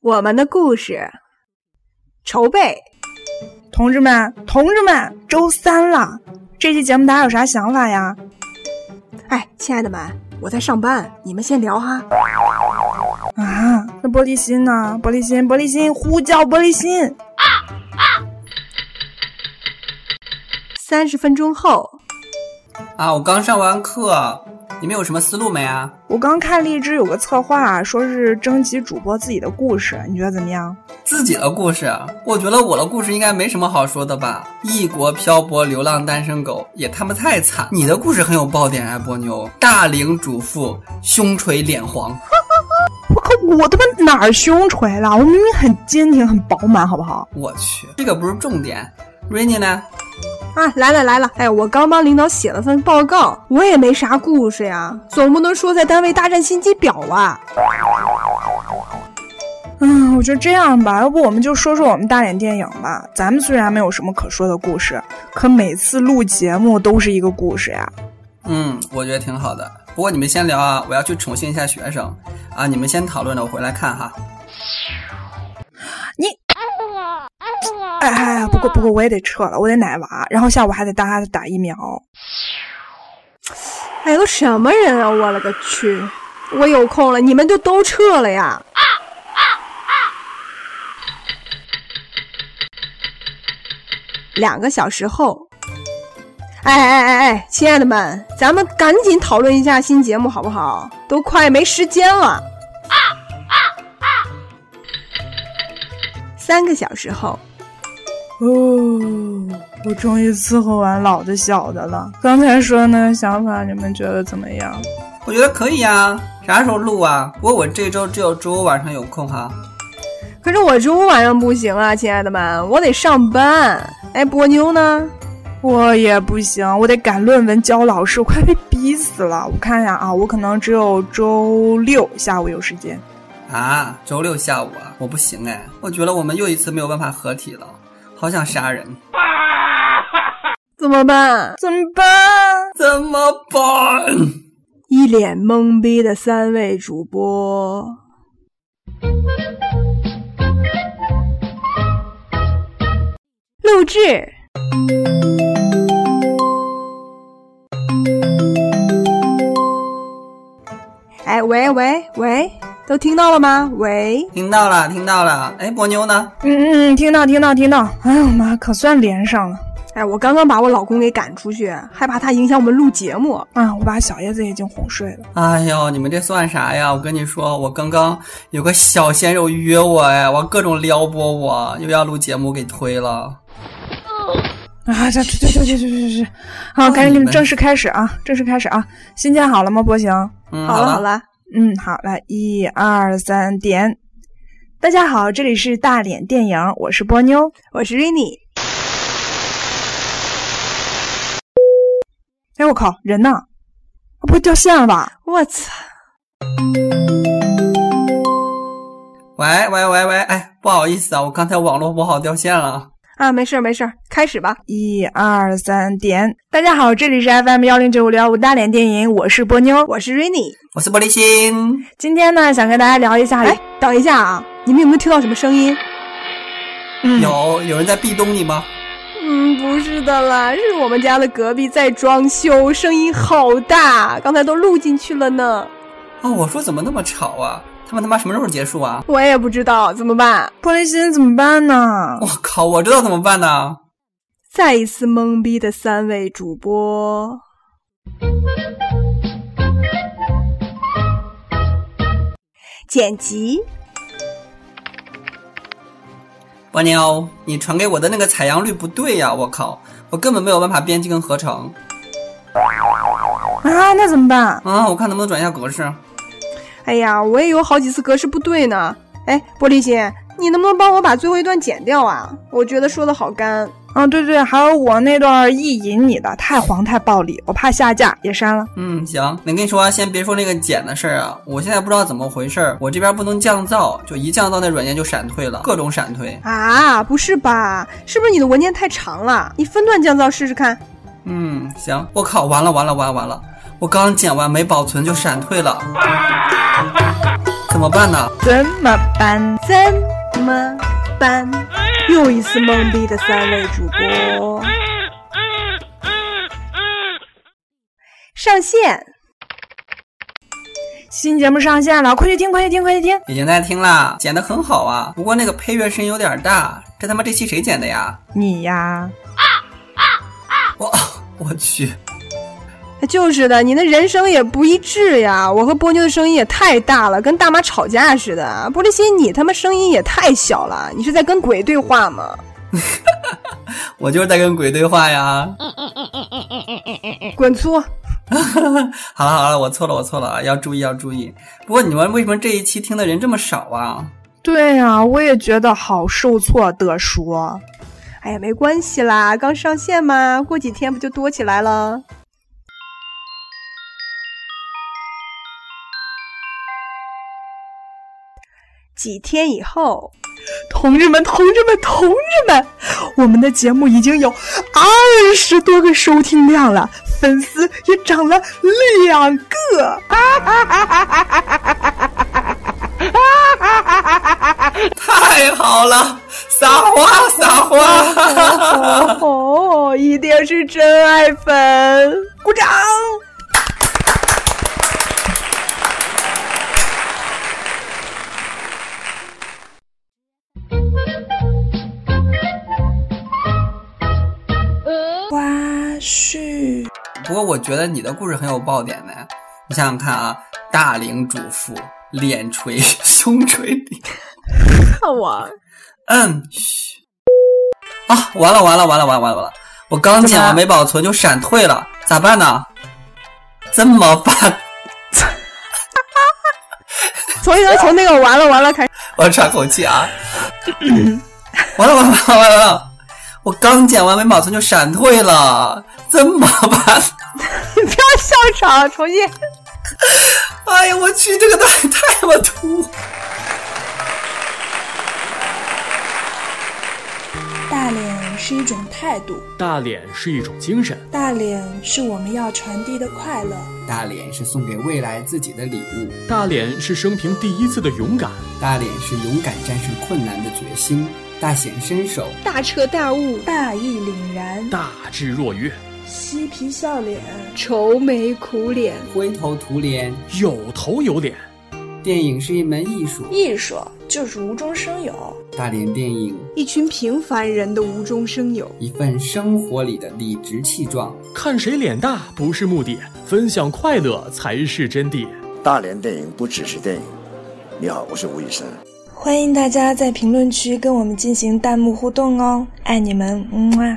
我们的故事，筹备。同志们，同志们，周三了，这期节目大家有啥想法呀？哎，亲爱的们，我在上班，你们先聊哈。啊，那玻璃心呢？玻璃心，玻璃心，呼叫玻璃心。三十分钟后，啊，我刚上完课，你们有什么思路没啊？我刚看荔枝有个策划，说是征集主播自己的故事，你觉得怎么样？自己的故事，我觉得我的故事应该没什么好说的吧。异国漂泊流浪单身狗也他妈太惨。你的故事很有爆点啊，波妞。大龄主妇，胸垂脸黄。我靠，我他妈哪儿胸垂了？我明明很坚挺，很饱满，好不好？我去，这个不是重点。Rainy 呢？啊，来了来了！哎，我刚帮领导写了份报告，我也没啥故事呀，总不能说在单位大战心机婊吧？嗯，我觉得这样吧，要不我们就说说我们大连电影吧。咱们虽然没有什么可说的故事，可每次录节目都是一个故事呀。嗯，我觉得挺好的。不过你们先聊啊，我要去宠幸一下学生啊。你们先讨论着，我回来看哈。啊哎哎，不过不过我也得撤了，我得奶娃，然后下午还得带他打疫苗。哎，都什么人啊！我了个去！我有空了，你们就都撤了呀！两个小时后，哎哎哎哎，亲爱的们，咱们赶紧讨论一下新节目好不好？都快没时间了。三个小时后，哦，我终于伺候完老的小的了。刚才说的那个想法，你们觉得怎么样？我觉得可以啊，啥时候录啊？不过我这周只有周五晚上有空哈。可是我周五晚上不行啊，亲爱的们，我得上班。哎，波妞呢？我也不行，我得赶论文交老师，我快被逼死了。我看一下啊，我可能只有周六下午有时间。啊，周六下午啊，我不行哎，我觉得我们又一次没有办法合体了，好想杀人，怎么办？怎么办？怎么办？一脸懵逼的三位主播。录制，哎，喂喂喂，都听到了吗？喂，听到了，听到了。哎，波妞呢？嗯嗯，听到听到听到。哎呦妈，可算连上了哎，我刚刚把我老公给赶出去，害怕他影响我们录节目。啊！我把小叶子已经哄睡了。哎呦，你们这算啥呀？我跟你说，我刚刚有个小鲜肉约我哎，我各种撩拨我，又要录节目给推了。啊，这这这这这这这，好，赶紧你们正式开始啊！正式开始啊！新建好了吗，波行？嗯，好了了好了，嗯，好，来，一二三，点！大家好，这里是大脸电影，我是波妞。我是 Rainy。哎，我靠，人呢？不会掉线了吧？我操！喂喂喂喂，哎，不好意思啊，我刚才网络不好掉线了。啊，没事儿没事儿，开始吧。一二三，点！大家好，这里是 FM 幺零九五幺五大脸电影，我是波妞。我是 Rainy。我是玻璃心，今天呢，想跟大家聊一下，哎，等一下啊，你们有没有听到什么声音？嗯，有有人在壁咚你吗？嗯，不是的啦，是我们家的隔壁在装修，声音好大，刚才都录进去了呢。哦，我说怎么那么吵啊？他们他妈什么时候结束啊？我也不知道怎么办，玻璃心怎么办呢 我？靠，我知道怎么办呢。再一次懵逼的三位主播。剪辑，波妞，哦你传给我的那个采样率不对呀、我靠，我根本没有办法编辑跟合成啊，那怎么办？啊！我看能不能转一下格式。哎呀，我也有好几次格式不对呢。哎，玻璃心，你能不能帮我把最后一段剪掉啊？我觉得说的好干。啊，对对，还有我那段意淫你的太黄太暴力，我怕下架，也删了。嗯，行，那跟你说啊，先别说那个剪的事儿啊，我现在不知道怎么回事儿，我这边不能降噪，就一降噪那软件就闪退了，各种闪退。啊，不是吧？是不是你的文件太长了？你分段降噪试试看。嗯，行，我靠，完了完了完了完了，我刚剪完没保存就闪退了。怎么办呢？怎么办？怎么办？又一次懵逼的三位主播上线。新节目上线了，快去听，快去听，快去听！已经在听啦，剪得很好啊，不过那个配乐声音有点大，这他妈这期谁剪的呀？你呀，我我去，就是的，你的人声也不一致呀。我和波妞的声音也太大了，跟大妈吵架似的。玻璃心，你他妈声音也太小了，你是在跟鬼对话吗？我就是在跟鬼对话呀。嗯滚粗！好了好了，我错了我错了，啊要注意要注意。不过你们为什么这一期听的人这么少啊？对呀、我也觉得好受挫的说，哎呀，没关系啦，刚上线嘛，过几天不就多起来了？几天以后，同志们，同志们，同志们，我们的节目已经有二十多个收听量了，粉丝也涨了两个。太好了，撒花撒 花！哦，一定是真爱粉，鼓掌！花絮，不过我觉得你的故事很有爆点呢。你想想看啊，大龄主妇，脸垂 胸垂顶，看我，嗯，嘘。啊，完了完了完了完了完了完了！我刚怎么剪了完没保存就闪退了，咋办呢？怎么办？从一头从那个完了完了开始，我喘口气啊！完了完了完了完了完了！我刚剪完没保存就闪退了，怎么办？你不要笑场，重新。哎呀，我去，这个段太他妈突兀！大脸是一种态度，大脸是一种精神，大脸是我们要传递的快乐，大脸是送给未来自己的礼物，大脸是生平第一次的勇敢，大脸是勇敢战胜困难的决心，大显身手。大彻大悟，大义凛然，大智若愚，嬉皮笑脸，愁眉苦脸。灰头土脸，有头有脸。电影是一门艺术，艺术就是无中生有。大连电影一群平凡人的无中生有，一份生活里的理直气壮。看谁脸大不是目的，分享快乐才是真谛。大连电影不只是电影。你好，我是吴宇森。欢迎大家在评论区跟我们进行弹幕互动哦，爱你们，么、啊。